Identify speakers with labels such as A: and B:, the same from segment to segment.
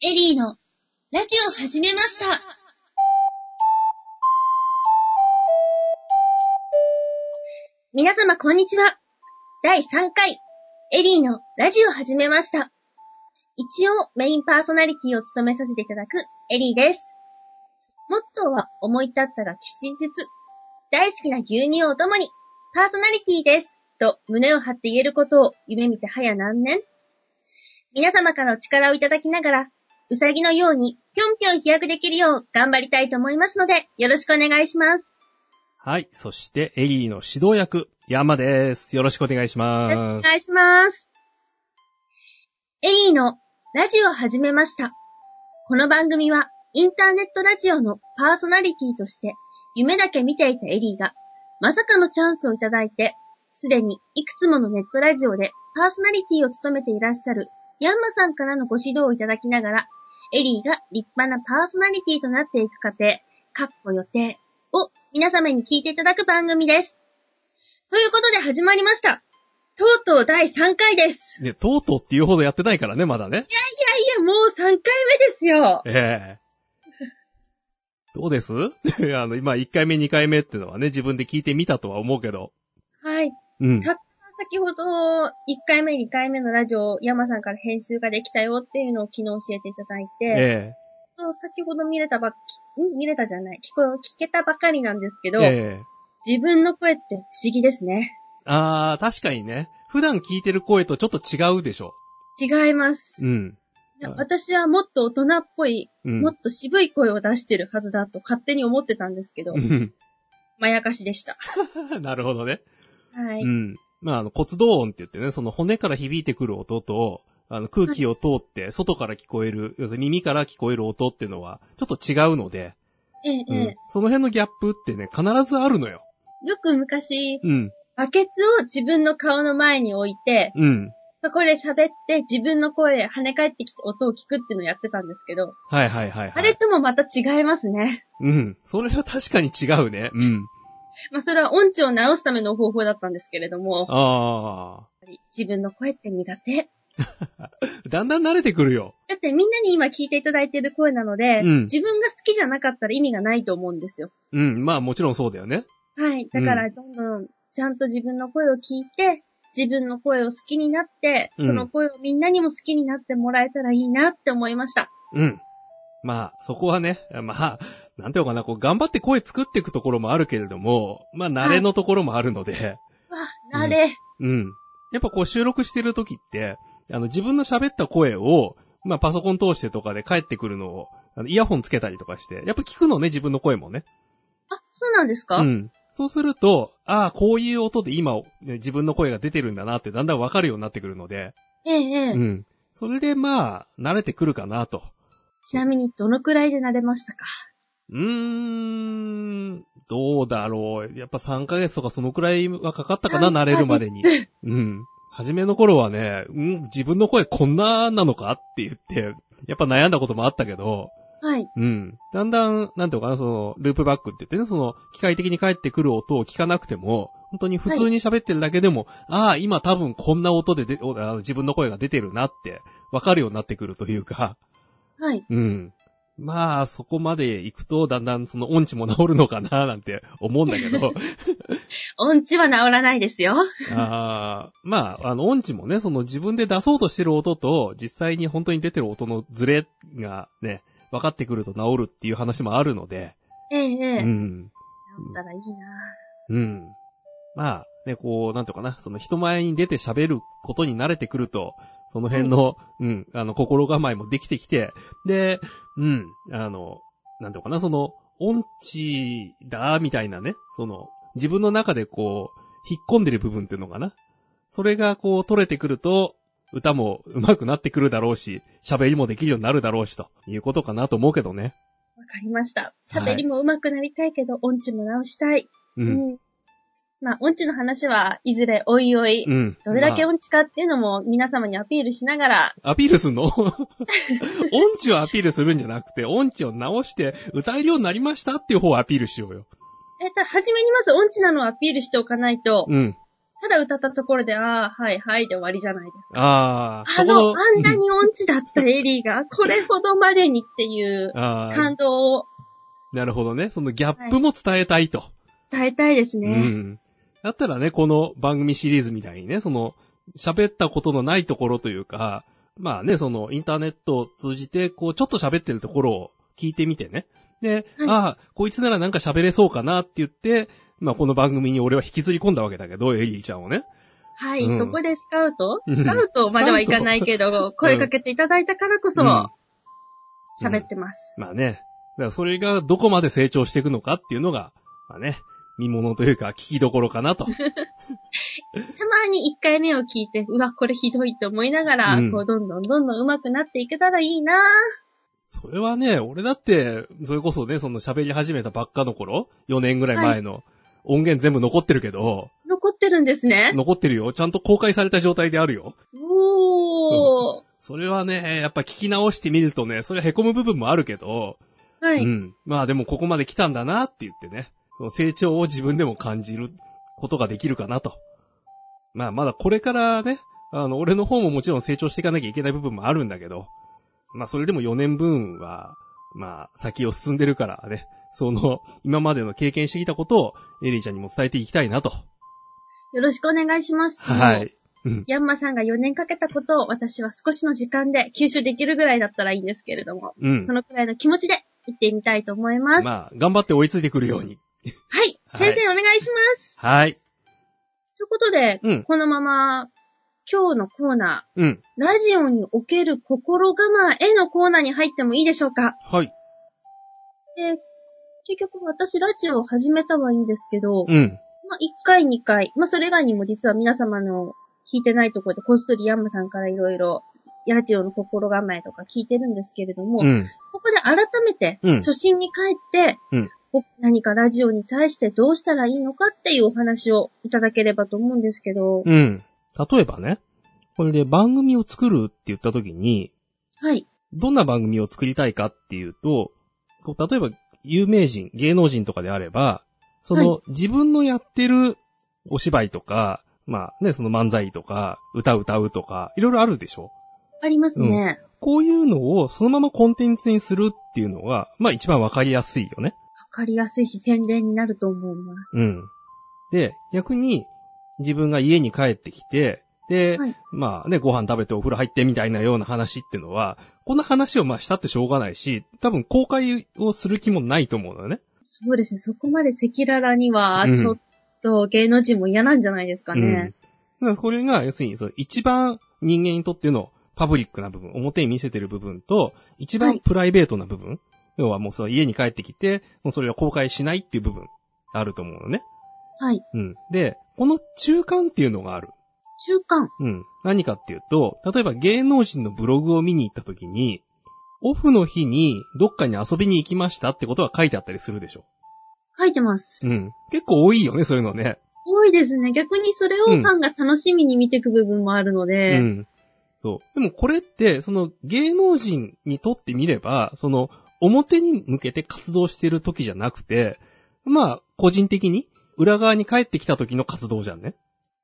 A: エリーのラジオ始めました。皆様こんにちは。第3回、エリーのラジオ始めました。一応メインパーソナリティを務めさせていただくエリーです。モットーは思い立ったら吉日。大好きな牛乳をお供に、パーソナリティです。と胸を張って言えることを夢見て早何年皆様からお力をいただきながら、うさぎのようにぴょんぴょん飛躍できるよう頑張りたいと思いますので、よろしくお願いします。
B: はい。そして、エリーの指導役、山です。よろしくお願いし
A: よろしくお
B: ます。
A: 願いします。エリーのラジオ始めました。この番組はインターネットラジオのパーソナリティとして夢だけ見ていたエリーがまさかのチャンスをいただいてすでにいくつものネットラジオでパーソナリティを務めていらっしゃるヤンマさんからのご指導をいただきながらエリーが立派なパーソナリティとなっていく過程、かっこ予定を皆様に聞いていただく番組です。ということで始まりました。とうとう第3回です。
B: ね、とうとうっていうほどやってないからね、まだね。
A: いやいや、もう3回目ですよ。
B: ええどうです あの、今、1回目、2回目ってのはね、自分で聞いてみたとは思うけど。
A: はい。
B: うん。
A: 先ほど、1回目、2回目のラジオ、山さんから編集ができたよっていうのを昨日教えていただいて、
B: え
A: そう先ほど見れたばっき、ん見れたじゃない、聞こ、聞けたばかりなんですけ
B: え
A: ど、
B: ええ
A: 自分の声って不思議ですね。
B: あー、確かにね。普段聞いてる声とちょっと違うでしょ。
A: 違います。
B: うん。
A: いや
B: はい
A: 私はもっと大人っぽい、
B: う
A: もっ
B: ん。
A: と渋い声を出してるはずだと勝手に思ってたんですけど
B: う、ん
A: まやかしでした。
B: なるほどね。。
A: はいう
B: ん。まあ、あの、骨動音って言ってね、その骨から響いてくる音と、あの、空気を通って、外から聞こえる、要するに耳から聞こえる音っていうのは、ちょっと違うので、
A: ええ、え
B: う
A: え。
B: ん。その辺のギャップってね、必ずあるのよ。
A: よく昔、
B: うん。
A: バケツを自分の顔の前に置いて、
B: うん。
A: そこで喋って自分の声跳ね返ってきて音を聞くっていうのをやってたんですけど、
B: はいはいはい、はい。
A: あれともまた違いますね。
B: うん。それは確かに違うね。うん。
A: まあそれは音痴を直すための方法だったんですけれども、
B: あ
A: 自分の声って苦手。
B: あ。だんだん慣れてくるよ。
A: だってみんなに今聞いていただいている声なので、
B: うん
A: 自分が好きじゃなかったら意味がないと思うんですよ。
B: うん。まあもちろんそうだよね。
A: はい。だからどんどんちゃんと自分の声を聞いて、自分の声を好きになって、
B: うん
A: その声をみんなにも好きになってもらえたらいいなって思いました。
B: うん。まあ、そこはね、まあ、なんていうのかな、こう、頑張って声作っていくところもあるけれども、まあ、慣れのところもあるので、
A: うわ、慣れ。
B: うん。やっぱこう収録してる時って、あの自分の喋った声を、まあパソコン通してとかで帰ってくるのを、あのイヤホンつけたりとかして、やっぱ聞くのね、自分の声もね。
A: あ、そうなんですか、
B: うん。そうすると、ああ、こういう音で今、ね自分の声が出てるんだなってだんだんわかるようになってくるので、
A: ええ、ええ、
B: うん。それでまあ、慣れてくるかなと。
A: ちなみに、どのくらいで慣れましたか
B: うーん、どうだろう。やっぱ3ヶ月とかそのくらいはかかったかな、
A: 3
B: 慣れるまでに。うん。初めの頃はね、うん、自分の声こんななのかって言って、やっぱ悩んだこともあったけど、
A: はい。
B: うん。だんだん、なんていうのかな、その、ループバックって言ってね、その、機械的に返ってくる音を聞かなくても、本当に普通に喋ってるだけでも、ああ、今多分こんな音ででおあの自分の声が出てるなって、わかるようになってくるというか、
A: はい。
B: うん。まあ、そこまで行くと、だんだんその音痴も治るのかな、なんて思うんだけど、
A: 音痴は治らないですよ。
B: ああ、まあ、あの、音痴もね、その自分で出そうとしてる音と、実際に本当に出てる音のズレがね、分かってくると治るっていう話もあるので、
A: ええ、ええ。
B: う
A: 治
B: ん。
A: ったらいいな
B: うん。まあ、ね、こう、なんとかな、その人前に出て喋ることに慣れてくると、その辺の、うん、あの、心構えもできてきて、で、うん、あの、なんとかな、その、音痴だ、みたいなね、その、自分の中でこう、引っ込んでる部分っていうのかな。それがこう、取れてくると、歌も上手くなってくるだろうし、喋りもできるようになるだろうし、ということかなと思うけどね。
A: わかりました。
B: はい
A: 喋りも上手くなりたいけど、音痴も直したい。
B: う。
A: うんん。まあ、音痴の話はいずれおいおい、
B: うん。
A: どれだけ
B: ま
A: 音痴かっていうのも皆様にアピールしながら、
B: あアピールすんの 音痴をアピールするんじゃなくて、音痴を直して歌えるようになりましたっていう方をアピールしようよ。
A: えっと、初めにまず音痴なのをアピールしておかないと、
B: うん。
A: ただ歌ったところで、ああ、はいはいで終わりじゃないですか。
B: ああ、
A: あの、
B: そこ
A: あんな
B: うん
A: に音痴だったエリーが、これほどまでにっていう
B: ああ、
A: 感動を
B: なるほどね。そのギャップも伝えたいと。
A: 伝えたいです
B: う
A: ね。
B: ん。だったらね、この番組シリーズみたいにね、その、喋ったことのないところというか、まあね、その、インターネットを通じて、こう、ちょっと喋ってるところを聞いてみてね。で、
A: はい
B: ああ、こいつならなんか喋れそうかなって言って、まあこの番組に俺は引きずり込んだわけだけど、エリーちゃんをね。
A: はい、
B: うん
A: そこでスカウト
B: うん
A: スカウトまではいかないけど、声かけていただいたからこそ、
B: うん
A: 喋ってます。
B: まあね。だからそれがどこまで成長していくのかっていうのが、まあね、見物というか聞きどころかなと。
A: たまに1回目を聞いて、うわ、これひどいと思いながら、
B: うん
A: こう、どんどんどんどん上手くなっていけたらいいなぁ。
B: それはね、俺だって、それこそね、その喋り始めたばっかの頃、4年ぐらい前の、音源全部残ってるけど、
A: 残ってるんですね。
B: 残ってるよ。ちゃんと公開された状態であるよ。
A: おー。
B: それはね、やっぱ聞き直してみるとね、それは凹む部分もあるけど、
A: は
B: う
A: い。
B: ん。まあでもここまで来たんだなって言ってね、その成長を自分でも感じることができるかなと。まあまだこれからね、あの、俺の方ももちろん成長していかなきゃいけない部分もあるんだけど、まあそれでも4年分は、まあ先を進んでるからね、その、今までの経験してきたことをエリーちゃんにも伝えていきたいなと。
A: よろしくお願いします。
B: は
A: もう。
B: い。うん。
A: ヤンマさんが4年かけたことを私は少しの時間で吸収できるぐらいだったらいいんですけれども、
B: うん
A: そ。のくらいの気持ちで行ってみたいと思います。
B: まあ、頑張って追いついてくるように。
A: はい。
B: はい
A: 先生お願いします。
B: はい。
A: ということで、
B: うん
A: このまま今日のコーナ
B: うん。
A: ー、ラジオにおける心構えのコーナーに入ってもいいでしょうか
B: はい。
A: で、結局私ラジオを始めたはいいんですけど、
B: う
A: ま
B: ん。
A: あ、1回、2回、まあ、それ以外にも実は皆様の聞いてないところで、こっそりヤンマさんからいろいろ、ラジオの心構えとか聞いてるんですけれども、
B: うん。
A: ここで改めて、
B: うん
A: 初心に帰って、
B: うん
A: こ何かラジオに対してどうしたらいいのかっていうお話をいただければと思うんですけど、
B: うん。例えばね、これで番組を作るって言った時に、
A: はい。
B: どんな番組を作りたいかっていうと、こう例えば有名人、芸能人とかであれば、その、自分のやってるお芝居とか、まあね、その漫才とか、歌歌うとか、いろいろあるでしょ
A: ありますね。
B: こういうのをそのままコンテンツにするっていうのが、まあ一番わかりやすいよね。
A: わかりやすいし宣伝になると思います。
B: うん。で、逆に、自分が家に帰ってきて、で、
A: はい
B: まあね、ご飯食べてお風呂入ってみたいなような話ってのは、この話をまあしたってしょうがないし、多分公開をする気もないと思うのよね。
A: そうですね。そこまで赤裸々には、
B: うん
A: ちょっと芸能人も嫌なんじゃないですか
B: うん。だ
A: ね。
B: からこれが、要するに、その一番人間にとってのパブリックな部分、表に見せてる部分と、一
A: は
B: 番
A: い
B: プライベートな部分、要はもうその家に帰ってきて、もうそれを公開しないっていう部分、あると思うのね。
A: はい。
B: うん。で、この中間っていうのがある。
A: 中間。
B: うん。何かっていうと、例えば芸能人のブログを見に行った時に、オフの日にどっかに遊びに行きましたってことは書いてあったりするでしょ。
A: 書いてます。
B: うん。結構多いよね、そういうのね。
A: 多いですね。逆にそれをファンが楽しみに見ていく部分もあるので、
B: うん。そう。でもこれって、その芸能人にとってみれば、その表に向けて活動してる時じゃなくて、まあ、個人的に裏側に帰ってきた時の活動じゃんね。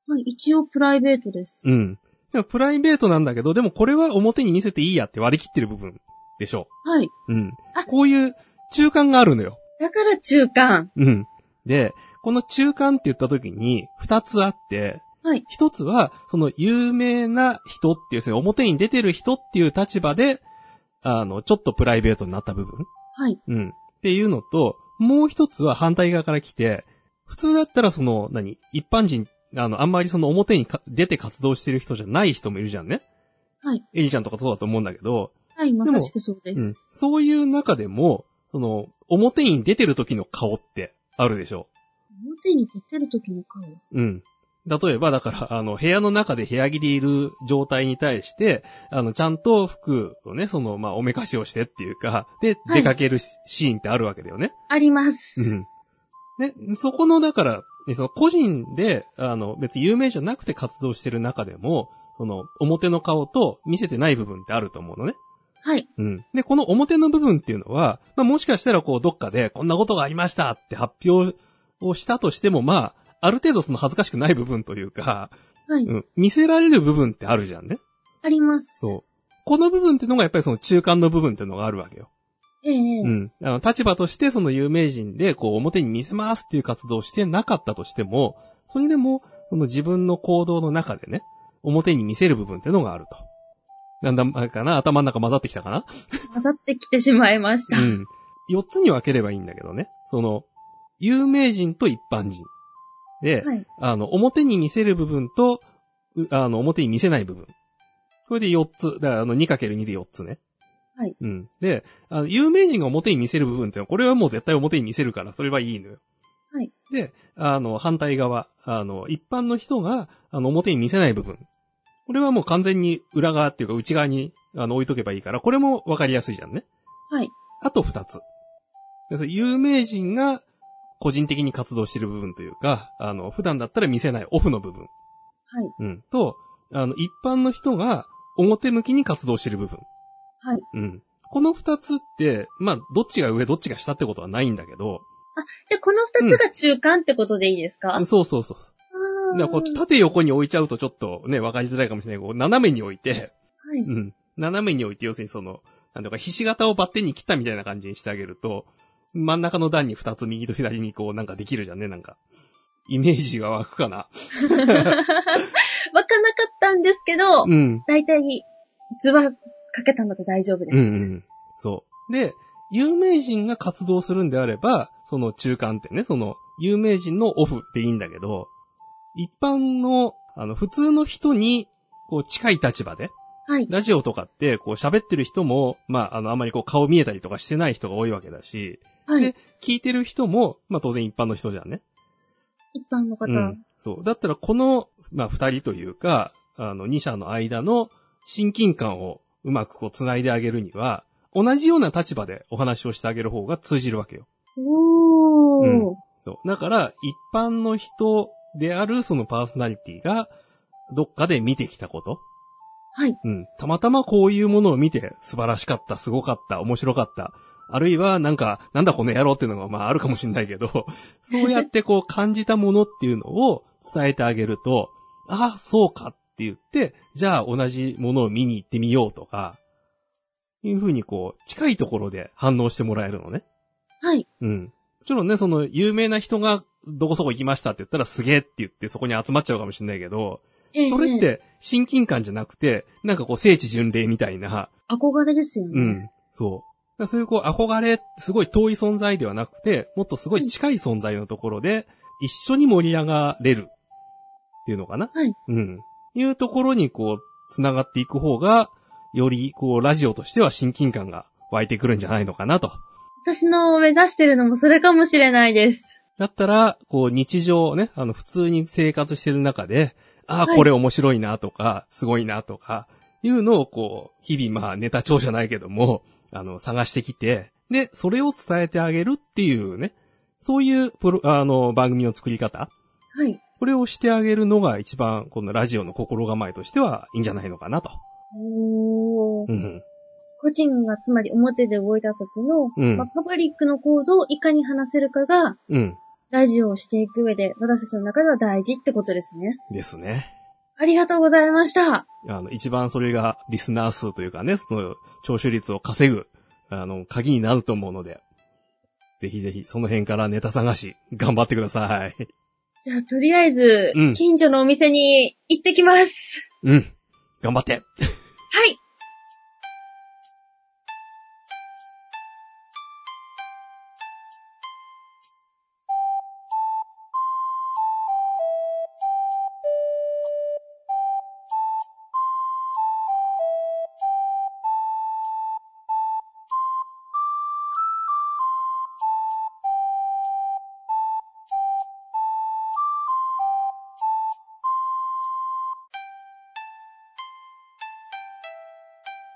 A: はい、一応プライベートです。
B: うん。でもプライベートなんだけど、でもこれは表に見せていいやって割り切ってる部分でしょ。
A: はい。
B: うん
A: あ。
B: こういう中間があるのよ。
A: だから中間。
B: うん。で、この中間って言った時に二つあって、
A: はい。
B: 一つは、その有名な人っていう、その表に出てる人っていう立場で、あの、ちょっとプライベートになった部分。
A: はい。
B: うん。っていうのと、もう一つは反対側から来て、普通だったらその、何一般人、あの、あんまりその表にか出て活動してる人じゃない人もいるじゃんね。
A: はい。
B: エリちゃんとかそうだと思うんだけど、
A: はい、まさしくそうで
B: うん
A: す。。
B: そういう中でも、その、表に出てる時の顔ってあるでしょ
A: 表に出てる時の顔。
B: うん。例えば、だから、あの、部屋の中で部屋着でいる状態に対して、あの、ちゃんと服をね、その、まあ、おめかしをしてっていうか、で、
A: はい
B: 出かけるしシーンってあるわけだよね。
A: あります。
B: ん。ね、そこの、だから、ねその、個人で、あの、別に有名じゃなくて活動してる中でも、その、表の顔と見せてない部分ってあると思うのね。
A: はい。
B: うん。で、この表の部分っていうのは、まあ、もしかしたらこう、どっかでこんなことがありましたって発表をしたとしても、まある程度その恥ずかしくない部分というか、
A: はい。
B: うん、見せられる部分ってあるじゃんね。
A: あります。
B: そう。この部分ってのがやっぱりその中間の部分ってのがあるわけよ。
A: ええええ
B: うん。あの、立場としてその有名人で、こう、表に見せますっていう活動をしてなかったとしても、それでも、その自分の行動の中でね、表に見せる部分ってのがあると。だんだん、あれかな頭の中混ざってきたかな
A: 混ざってきてしまいました。
B: うん。四つに分ければいいんだけどね。その、有名人と一般人。で、
A: はい。
B: あの、表に見せる部分と、うあの、表に見せない部分。これで4つ。だから、あの、2×2 で4つね。
A: はい。
B: うん。で、あの、有名人が表に見せる部分ってのは、これはもう絶対表に見せるから、それはいいのよ。
A: はい。
B: で、あの、反対側、あの、一般の人が、あの、表に見せない部分。これはもう完全に裏側っていうか、内側に、あの、置いとけばいいから、これもわかりやすいじゃんね。
A: はい。
B: あと二つ。でそれ有名人が個人的に活動してる部分というか、あの、普段だったら見せないオフの部分。
A: はい。
B: うん。と、あの、一般の人が表向きに活動してる部分。
A: はい。
B: うん。この二つって、まあ、どっちが上どっちが下ってことはないんだけど、
A: じゃあ、この二つが中間ってことでいいですか、あ
B: そうそうそう。
A: あ
B: だからこう
A: ー
B: 縦横に置いちゃうとちょっとね、わかりづらいかもしれないけど、こう斜めに置いて、
A: はい。
B: うん。斜めに置いて、要するにその、なんとか、ひし形をバッテンに切ったみたいな感じにしてあげると、真ん中の段に二つ右と左にこうなんかできるじゃんね、なんか。イメージが湧くかな。
A: わかんなかったんですけど、
B: うん。
A: 大体、図はかけたので大丈夫です。
B: うんうん。そう。で、有名人が活動するんであれば、その中間ってね、その、有名人のオフでいいんだけど、一般の、あの、普通の人に、こう、近い立場で、
A: はい。
B: ラジオとかって、こう喋ってる人も、まあ、あの、あんまりこう顔見えたりとかしてない人が多いわけだし、
A: はい
B: で。聞いてる人も、まあ当然一般の人じゃんね。
A: 一般の方。
B: うん。そう。だったらこの、まあ二人というか、あの、二者の間の親近感をうまくこう繋いであげるには、同じような立場でお話をしてあげる方が通じるわけよ。
A: おー。
B: うそう。だから、一般の人であるそのパーソナリティが、どっかで見てきたこと。
A: はい。
B: うん。たまたまこういうものを見て、素晴らしかった、すごかった、面白かった。あるいは、なんか、なんだこの野郎っていうのが、まああるかもしんないけど、 そうやってこう感じたものっていうのを伝えてあげると、 ああ、そうかって言って、じゃあ同じものを見に行ってみようとか、いうふうにこう、近いところで反応してもらえるのね。
A: はい。
B: うん。もちろんね、その、有名な人が、どこそこ行きましたって言ったらすげえって言ってそこに集まっちゃうかもしんないけど、
A: ええ
B: それっ
A: ええ
B: て親近感じゃなくて、なんかこう聖地巡礼みたいな、
A: 憧れですよね。
B: うん、そう。だからそういうこう憧れ、すごい遠い存在ではなくて、もっとすごい近い存在のところで、一緒に盛り上がれるっていうのかな
A: はい。
B: うん。いうところにこう、繋がっていく方が、よりこう、ラジオとしては親近感が湧いてくるんじゃないのかなと。
A: 私の目指してるのもそれかもしれないです。
B: だったら、こう日常ね、あの普通に生活してる中で、ああ、
A: はい
B: これ面白いなとか、すごいなとか、いうのをこう、日々まあネタ帳じゃないけども、あの、探してきて、で、それを伝えてあげるっていうね、そういうプロ、あの、番組の作り方、
A: はい。
B: これをしてあげるのが一番、このラジオの心構えとしてはいいんじゃないのかなと。
A: おー。
B: うん。
A: 個人がつまり表で動いた時の、
B: うん
A: まあ、パブリックの行動をいかに話せるかが、
B: うん。
A: ラジオをしていく上で、私たちの中では大事ってことですね。
B: ですね。
A: ありがとうございました。
B: あの、一番それがリスナー数というかね、その、聴取率を稼ぐ、あの、鍵になると思うので、ぜひぜひ、その辺からネタ探し、頑張ってください。
A: じゃあ、とりあえず
B: うん、
A: 近所のお店に行ってきます。
B: うん。頑張って
A: はい。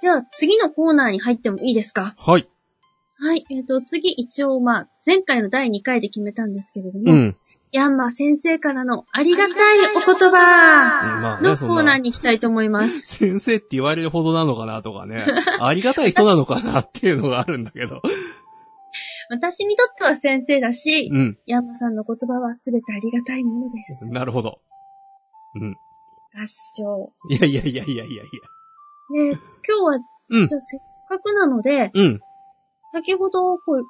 A: じゃあ、次のコーナーに入ってもいいですか
B: はい。
A: はい。えっ、と、次、一応、まあ、前回の第2回で決めたんですけれども、
B: うん。
A: ヤンマ先生からのありがたいお言葉
B: まあね、
A: の
B: そ
A: コー
B: ん
A: ナー
B: な、
A: に行きたいと思います。
B: 先生って言われ るほどなのかなとかね、ありがたい人なのかなっていうのがあるんだけど。
A: 私にとっては先生だし、
B: うん。
A: ヤンマさんの言葉は全てありがたいものです。
B: なるほど。うん。
A: 合唱。
B: いやいやいやいやいやいや。
A: ね、今日は、
B: うん
A: じゃあせっかくなので、
B: うん。
A: 先ほど、こう、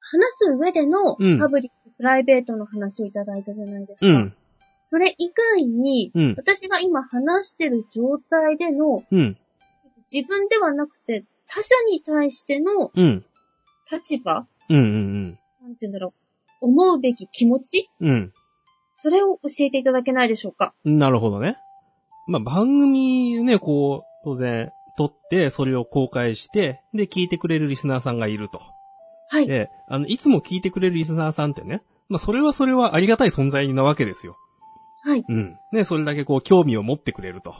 A: 話す上での、
B: うん
A: パブリック、プライベートの話をいただいたじゃないですか。
B: うん。
A: それ以外に、
B: うん。
A: 私が今話してる状態での、
B: うん。
A: 自分ではなくて、他者に対しての
B: うん。
A: 立場
B: うん。うん。
A: なんて言うんだろう。思うべき気持ち
B: うん。
A: それを教えていただけないでしょうか。
B: うん。なるほどね。まあ、番組ね、こう、当然、撮って、それを公開して、で、聞いてくれるリスナーさんがいると。
A: はい。
B: で、あの、いつも聞いてくれるリスナーさんってね、まあ、それはそれはありがたい存在なわけですよ。
A: はい。
B: うん。ね、それだけこう、興味を持ってくれると。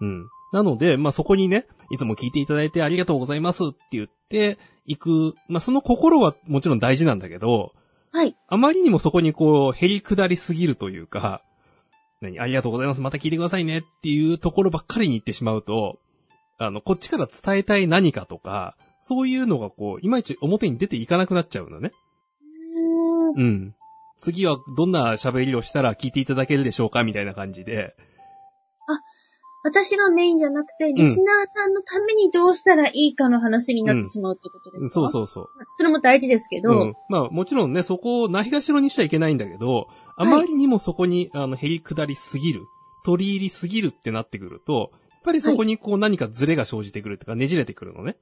B: うん。なので、まあ、そこにね、いつも聞いていただいてありがとうございますって言って、いく、まあ、その心はもちろん大事なんだけど、
A: はい。
B: あまりにもそこにこう、減り下りすぎるというか、何、ありがとうございます、また聞いてくださいねっていうところばっかりに行ってしまうと、あの、こっちから伝えたい何かとか、そういうのがこう、いまいち表に出ていかなくなっちゃうのね。
A: うーん。
B: うん。次はどんな喋りをしたら聞いていただけるでしょうかみたいな感じで。
A: 私がメインじゃなくて、リスナーさんのためにどうしたらいいかの話になってしまうってことですか、
B: そう
A: う。
B: そうそう。
A: それも大事ですけど、
B: ん。まあもちろんね、そこをないがしろにしちゃいけないんだけど、あまりにもそこに、あの、減り下りすぎる、取り入りすぎるってなってくると、やっぱりそこにこう何かズレが生じてくるとか、ねじれてくるのね。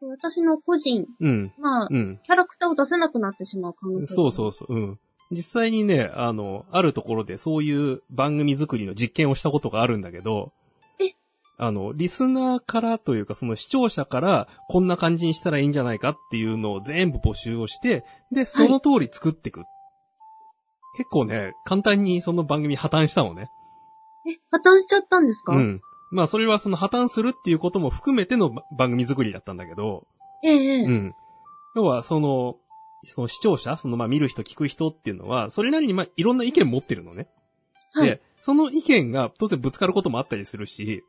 A: 私の個人、
B: うん。
A: まあ、
B: うん。
A: キャラクターを出せなくなってしまう可能性。
B: そうそううそう。うん。実際にね、あの、あるところでそういう番組作りの実験をしたことがあるんだけど、
A: え
B: あの、リスナーからというか、その視聴者からこんな感じにしたらいいんじゃないかっていうのを全部募集をして、で、その通り作っていく。結構ね、簡単にその番組破綻したのね。
A: え、破綻しちゃったんですか、
B: うん。まあ、それはその破綻するっていうことも含めてのば番組作りだったんだけど、
A: ええええ
B: うん。要は、その、その視聴者、そのまあ見る人、聞く人っていうのは、それなりにまあいろんな意見持ってるのね。
A: はい。
B: で、その意見が当然ぶつかることもあったりするし、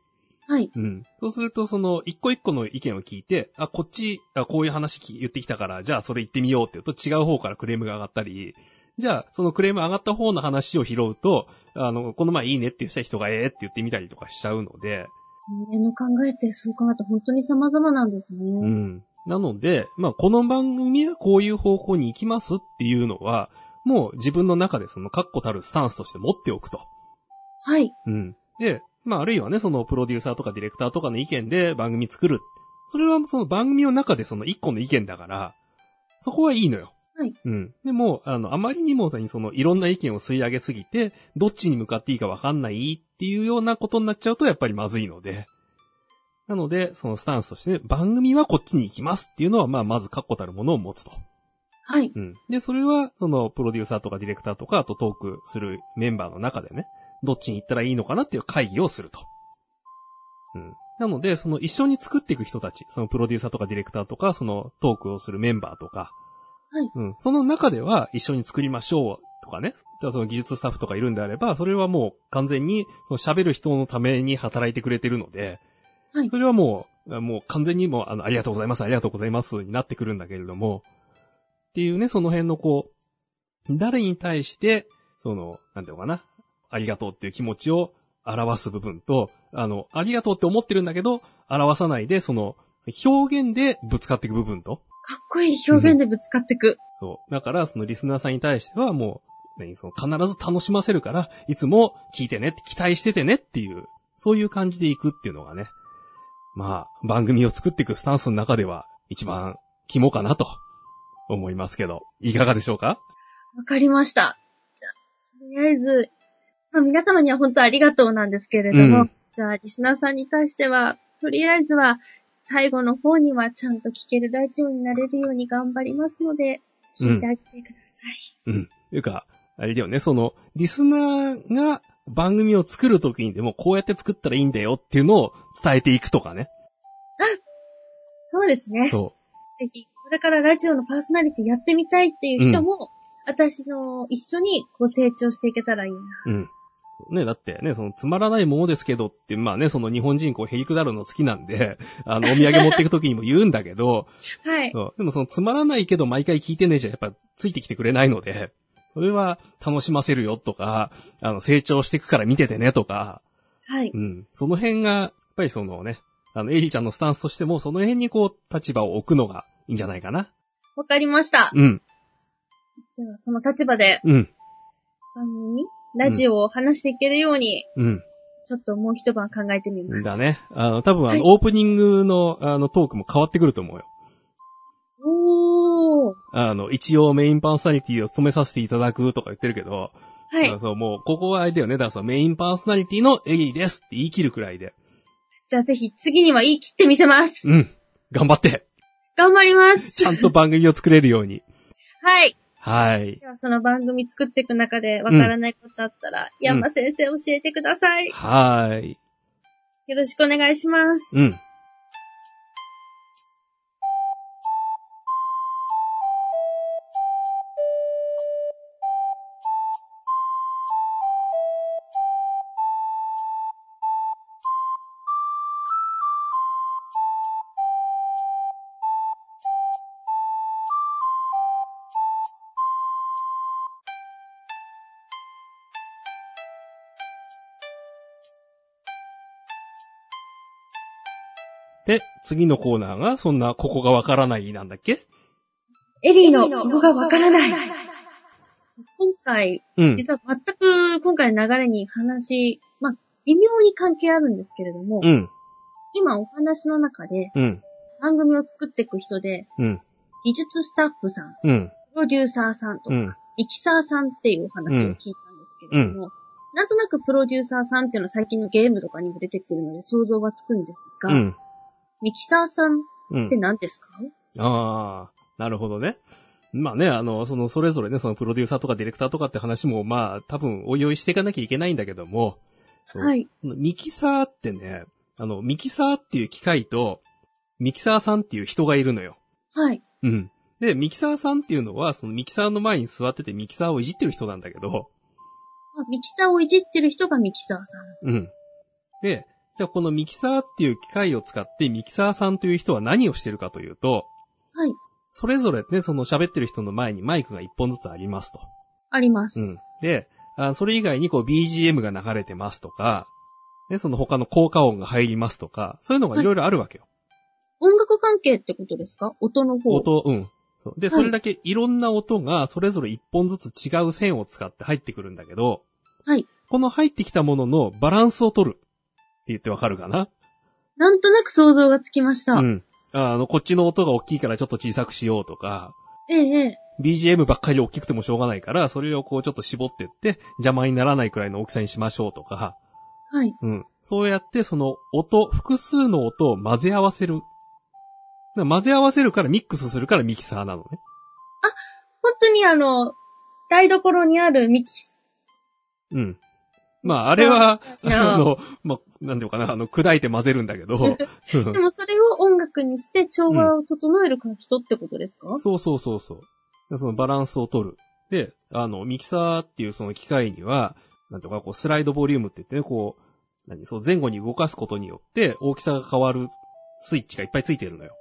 A: はい。
B: うん。そうすると、その、一個一個の意見を聞いて、あ、こっち、あ、こういう話き言ってきたから、じゃあそれ言ってみようって言うと違う方からクレームが上がったり、じゃあ、そのクレーム上がった方の話を拾うと、あの、この前いいねって言った人がええって言ってみたりとかしちゃうので、
A: 人間の考えってそう考えて本当に様々なんですね。
B: うん。なので、まあ、この番組はこういう方向に行きますっていうのは、もう自分の中でその確固たるスタンスとして持っておくと。
A: はい。
B: うん。で、まあ、あるいはね、そのプロデューサーとかディレクターとかの意見で番組作る。それはその番組の中でその一個の意見だから、そこはいいのよ。
A: はい。
B: うん。でも、あの、あまりにもそのいろんな意見を吸い上げすぎて、どっちに向かっていいかわかんないっていうようなことになっちゃうとやっぱりまずいので。なので、そのスタンスとして、番組はこっちに行きますっていうのは、まあ、まず確固たるものを持つと。
A: はい。
B: うん。で、それは、その、プロデューサーとかディレクターとか、あとトークするメンバーの中でね、どっちに行ったらいいのかなっていう会議をすると。うん。なので、その、一緒に作っていく人たち、その、プロデューサーとかディレクターとか、その、トークをするメンバーとか、
A: はい。
B: うん。その中では、一緒に作りましょうとかね、じゃあその技術スタッフとかいるんであれば、それはもう完全に、その喋る人のために働いてくれてるので、
A: はい
B: それはもう、あもう完全にもう、あの、ありがとうございます、ありがとうございます、になってくるんだけれども、っていうね、その辺のこう、誰に対して、その、なんていうのかな、ありがとうっていう気持ちを表す部分と、あの、ありがとうって思ってるんだけど、表さないで、その、表現でぶつかっていく部分と、
A: かっこいい表現でぶつかってく。
B: そう。だから、そのリスナーさんに対してはもう、何、その必ず楽しませるから、いつも聞いてね、期待しててねっていう、そういう感じでいくっていうのがね、まあ、番組を作っていくスタンスの中では、一番肝かなと、思いますけど、いかがでしょうか
A: わかりました。じゃあ、とりあえず、まあ皆様には本当ありがとうなんですけれども、
B: うん
A: じゃあ、リスナーさんに対しては、とりあえずは、最後の方にはちゃんと聞けるラジオになれるように頑張りますので、
B: うん
A: 聞いてあげてくださ
B: うん。というか、あれだよね、その、リスナーが番組を作るときにでも、こうやって作ったらいいんだよっていうのを伝えていくとかね。
A: い。そうですね。
B: そ
A: ぜひ、これからラジオのパーソナリティやってみたいっていう人も、私の一緒にこう成長していけたらいいな。
B: う。うん。ね、だってね、そのつまらないものですけどって、まあね、その日本人こうへりくだるの好きなんで、 あの、お土産持っていく時にも言うんだけど、
A: はい。
B: そうでもそのつまらないけど毎回聞いてねえじゃん、やっぱついてきてくれないので、それは楽しませるよとか、あの、成長していくから見ててねとか、
A: はい。
B: うん。その辺が、やっぱりそのね、あの、エイリちゃんのスタンスとしても、その辺にこう、立場を置くのがいいんじゃないかな。
A: わかりました。
B: うん、
A: では、その立場で、
B: うん、
A: 番組、ラジオを話していけるように、
B: うん。
A: ちょっともう一晩考えてみます。
B: だね。あの、多分あ
A: はい
B: の、オープニングの、あの、トークも変わってくると思うよ。
A: おー。
B: あの、一応メインパーソナリティを務めさせていただくとか言ってるけど、
A: は
B: あの
A: い。
B: そう、もう、ここはあれだよね。だからそのメインパーソナリティのエイリですって言い切るくらいで。
A: じゃあぜひ次には言い切ってみせます。
B: うん。頑張って。
A: 頑張ります
B: ち。ゃんと番組を作れるように。
A: はい。
B: はい。
A: では、その番組作っていく中でわからないことあったら、山先生教えてください。
B: はい。
A: よろしくお願いします。
B: うん。で、次のコーナーが、そんな、ここがわからないなんだっけ
A: エリーのここがわからない。今回、
B: うん。
A: 実は全く今回の流れに話、まあ、微妙に関係あるんですけれども、
B: うん。
A: 今お話の中で
B: うん。
A: 番組を作っていく人で、
B: うん。
A: 技術スタッフさん、
B: うん。
A: プロデューサーさんと
B: う
A: か、
B: ん。
A: ミキサーさんっていうお話を聞いたんですけれども、なんとなくプロデューサーさんっていうのは最近のゲームとかにも出てくるので想像はつくんですが、
B: うん。
A: ミキサーさん
B: う
A: って
B: ん。
A: 何ですか、
B: ああ、なるほどね。まあね、あの、その、それぞれね、そのプロデューサーとかディレクターとかって話も、まあ、多分、おいおいしていかなきゃいけないんだけども、そう
A: はい。
B: ミキサーってね、あの、ミキサーっていう機械と、ミキサーさんっていう人がいるのよ。
A: はい。
B: うん。で、ミキサーさんっていうのは、そのミキサーの前に座っててミキサーをいじってる人なんだけど、
A: まあミキサーをいじってる人がミキサーさん。
B: うん。で、じゃあこのミキサーっていう機械を使ってミキサーさんという人は何をしてるかというと、
A: はい。
B: それぞれね、その喋ってる人の前にマイクが一本ずつありますと。
A: あります。
B: うん。で、あそれ以外にこう BGM が流れてますとか、ね、その他の効果音が入りますとか、そういうのがいろいろあるわけよ。
A: 音楽関係ってことですか音の方。
B: 音、うん。そうで、
A: はい
B: それだけいろんな音がそれぞれ一本ずつ違う線を使って入ってくるんだけど、
A: はい。
B: この入ってきたもののバランスを取るって言ってわかるかな
A: なんとなく想像がつきました。
B: うん。あの、こっちの音が大きいからちょっと小さくしようとか、
A: ええええ
B: BGM ばっかり大きくてもしょうがないから、それをこうちょっと絞ってって、邪魔にならないくらいの大きさにしましょうとか、
A: はい。
B: うん。そうやってその音、複数の音を混ぜ合わせる。だから混ぜ合わせるからミックスするからミキサーなのね。
A: 本当にあの、台所にあるミキサ
B: うん。まあ、あれは、
A: いや
B: あの、まあ、なんていうのかな、あの、砕いて混ぜるんだけど、
A: ー。でもそれを音楽にして調和を整える人ってことですか、
B: そうそうそうそう。そのバランスを取る。で、あの、ミキサーっていうその機械には、なんていうのかな、こう、スライドボリュームって言ってね、こう、何、そう、前後に動かすことによって、大きさが変わるスイッチがいっぱいついてるのよ。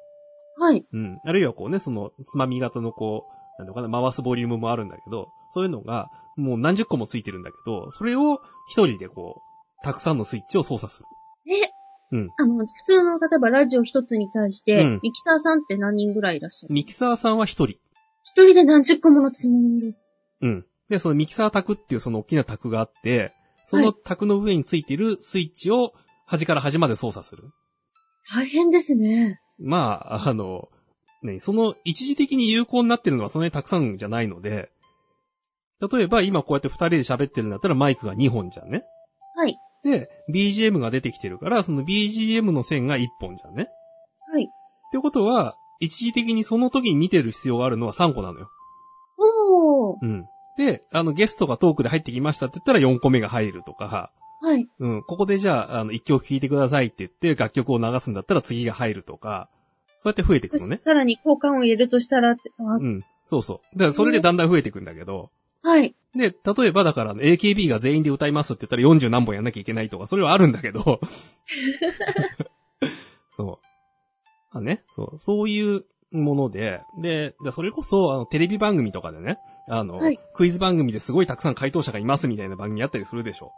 A: はい。
B: うん。あるいはこうね、その、つまみ型のこう、なんていうのかな、回すボリュームもあるんだけど、そういうのが、もう何十個もついてるんだけど、それを一人でこう、たくさんのスイッチを操作する。
A: え
B: うん
A: あの、普通の、例えばラジオ一つに対して、
B: うん
A: ミキサーさんって何人ぐらいいらっしゃる
B: ミキサーさんは一人。
A: 一人で何十個ものつまみる。
B: うん。で、そのミキサー卓っていうその大きな卓があって、その卓の上についてるスイッチを端から端まで操作する。
A: 大変ですね。
B: まあ、あの、ね、その一時的に有効になってるのはそんなにたくさんじゃないので、例えば今こうやって二人で喋ってるんだったらマイクが2本じゃんね。
A: はい。
B: で、BGM が出てきてるから、その BGM の線が1本じゃんね。
A: はい。
B: ってことは、一時的にその時に似てる必要があるのは3個なのよ。
A: おー。
B: うん。で、あの、ゲストがトークで入ってきましたって言ったら4個目が入るとか、
A: はい。
B: うん、ここでじゃあ、あの、一曲聴いてくださいって言って、楽曲を流すんだったら次が入るとか、そうやって増えてい
A: そ
B: く
A: し
B: の
A: て
B: ね。
A: さらに交換を入れるとしたらって、あ
B: うん。そうそう。だからそれでだんだん増えていくんだけど、
A: はい。
B: で、例えばだから、AKB が全員で歌いますって言ったら40何本やんなきゃいけないとか、それはあるんだ けど。そう。あね、そう、そういうもので、で、でそれこそ、あの、テレビ番組とかでね、あの、
A: はい
B: クイズ番組ですごいたくさん回答者がいますみたいな番組あったりするでしょ。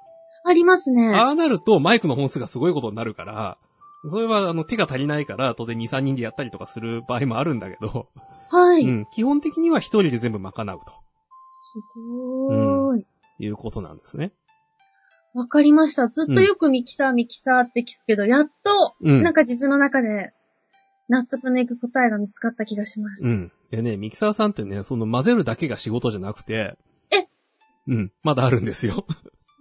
A: ありますね。
B: ああなると、マイクの本数がすごいことになるから、それは、あの、手が足りないから、当然2、3人でやったりとかする場合もあるんだけど、
A: はい。
B: うん、基本的には1人で全部賄う
A: すごーい。
B: ということなんですね。
A: わかりました。ずっとよくミキサー、ミキサーって聞くけど、やっと、
B: うん
A: なんか自分の中で納得のいく答えが見つかった気がします。
B: うん。でね、ミキサーさんってね、その混ぜるだけが仕事じゃなくて、
A: え
B: うん、まだあるんですよ。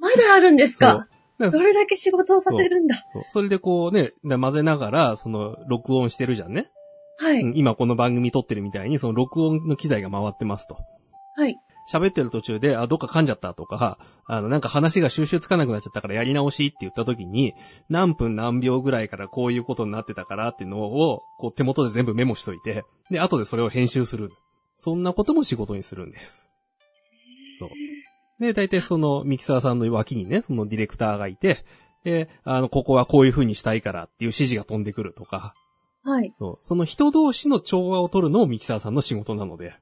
A: まだあるんです
B: そう
A: か。
B: だ
A: そ
B: から
A: れだけ仕事をさせるんだ。
B: そうそれでこうね、で混ぜながら、その、録音してるじゃんね。
A: はい、
B: うん今この番組撮ってるみたいに、その録音の機材が回ってますと。
A: はい。
B: 喋ってる途中で、あ、どっか噛んじゃったとか、あの、なんか話が収集つかなくなっちゃったからやり直しって言った時に、何分何秒ぐらいからこういうことになってたからっていうのを、こう手元で全部メモしといて、で、後でそれを編集する。そんなことも仕事にするんです。そう。で、大体そのミキサーさんの脇にね、そのディレクターがいて、で、あの、ここはこういう風にしたいからっていう指示が飛んでくるとか、
A: はい。
B: そうその人同士の調和を取るのをミキサーさんの仕事なので、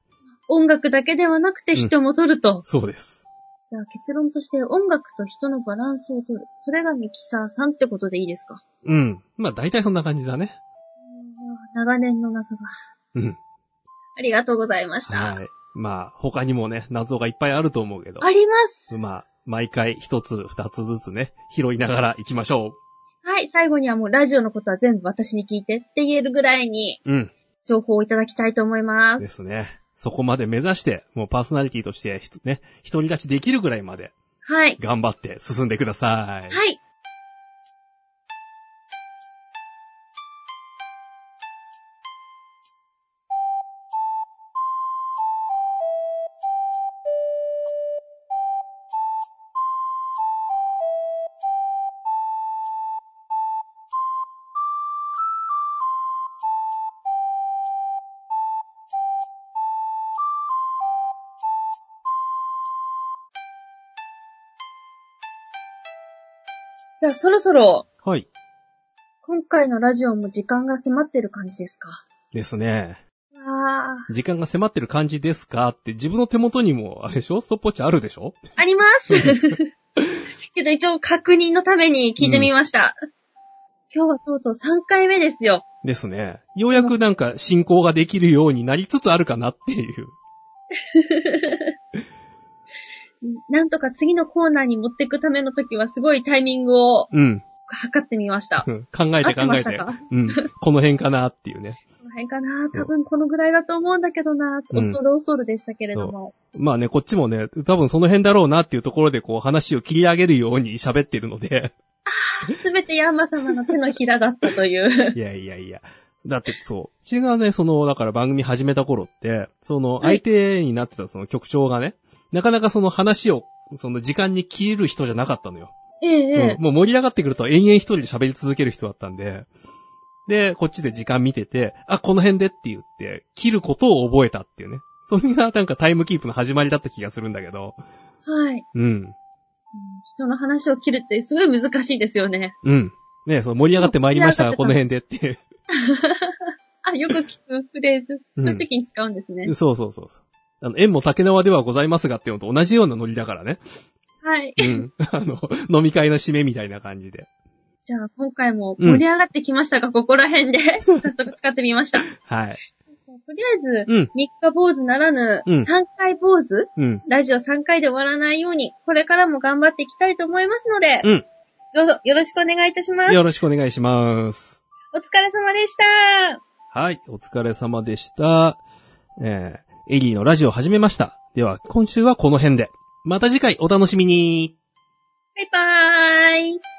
A: 音楽だけではなくて人も撮ると。
B: そうです。
A: じゃあ結論として音楽と人のバランスを取る。それがミキサーさんってことでいいですか
B: うん。まあ大体そんな感じだね。
A: 長年の謎が。
B: うん。
A: ありがとうございました。
B: はい。まあ、他にもね、謎がいっぱいあると思うけど。
A: あります。
B: まあ、毎回一つ二つずつね、拾いながら行きましょ
A: はい、最後にはもうラジオのことは全部私に聞いてって言えるぐらいに
B: う。うん。
A: 情報をいただきたいと思います。
B: ですね。そこまで目指して、もうパーソナリティとして、ひとね、独り立ちできるぐらいまで
A: はい。
B: 頑張って進んでください。
A: はい。じゃあそろそろ、
B: はい。
A: 今回のラジオも時間が迫ってる感じですか
B: ですね。
A: あ
B: 時間が迫ってる感じですかって、自分の手元にも、あれでしょストップウォッチあるでしょ
A: ー、あります けど一応確認のために聞いてみました。今日はとうとう3回目ですよ。
B: ですね。ようやくなんか進行ができるようになりつつあるかなっていう。
A: なんとか次のコーナーに持っていくための時はすごいタイミングを
B: うん。
A: 測ってみました。
B: うん考
A: 合
B: え
A: ってて
B: 考
A: ま
B: え
A: した
B: て。
A: か
B: うん。この辺かなっていうね。
A: この辺かな
B: そう
A: 多分このぐらいだと思うんだけどな
B: うん
A: 恐る恐るでしたけれども。
B: まあね、こっちもね、多分その辺だろうなっていうところでこう話を切り上げるように喋ってるの で。
A: すべてヤンマ様の手のひらだったという。
B: いやいやいや。だってそう。うちがね、その、だから番組始めた頃って、その
A: はい
B: 相手になってたその局長がね、なかなかその話を、その時間に切れる人じゃなかったのよ。
A: ええええ
B: うん、もう盛り上がってくると延々一人で喋り続ける人だったんで、で、こっちで時間見てて、あ、この辺でって言って、切ることを覚えたっていうね。それがなんかタイムキープの始まりだった気がするんだけど、
A: はい。
B: うん。
A: 人の話を切るってすごい難しいですよね。
B: うん。ねその盛り上がってまいりました、
A: そう
B: この辺でって いう。
A: あ、よく聞くフレーズ。
B: うん
A: そういう時に使うんですね。
B: そうそうそうそう。あの、縁も竹縄ではございますがっていうのと同じようなノリだから ね。
A: はい。
B: うん。あの、飲み会の締めみたいな感じで。
A: じゃあ今回も盛り上がってきましたが、ここら 辺で早速使ってみました。と
B: はい。
A: りあえず、
B: うん。
A: 三日坊主ならぬ、
B: うん
A: 3回坊主
B: うん。
A: ラジオ3回で終わらないように、これからも頑張っていきたいと思いますので、
B: うん
A: どうぞよろしくお願いいたします。
B: よろしくお願いします。
A: お疲れ様でした。
B: はい、お疲れ様でした。えー、エリーのラジオ始めました。では、今週はこの辺で。また次回お楽しみに
A: バイバーイ。